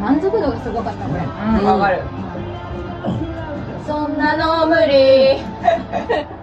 満足度がすごかったこれうんわかるそんなの無理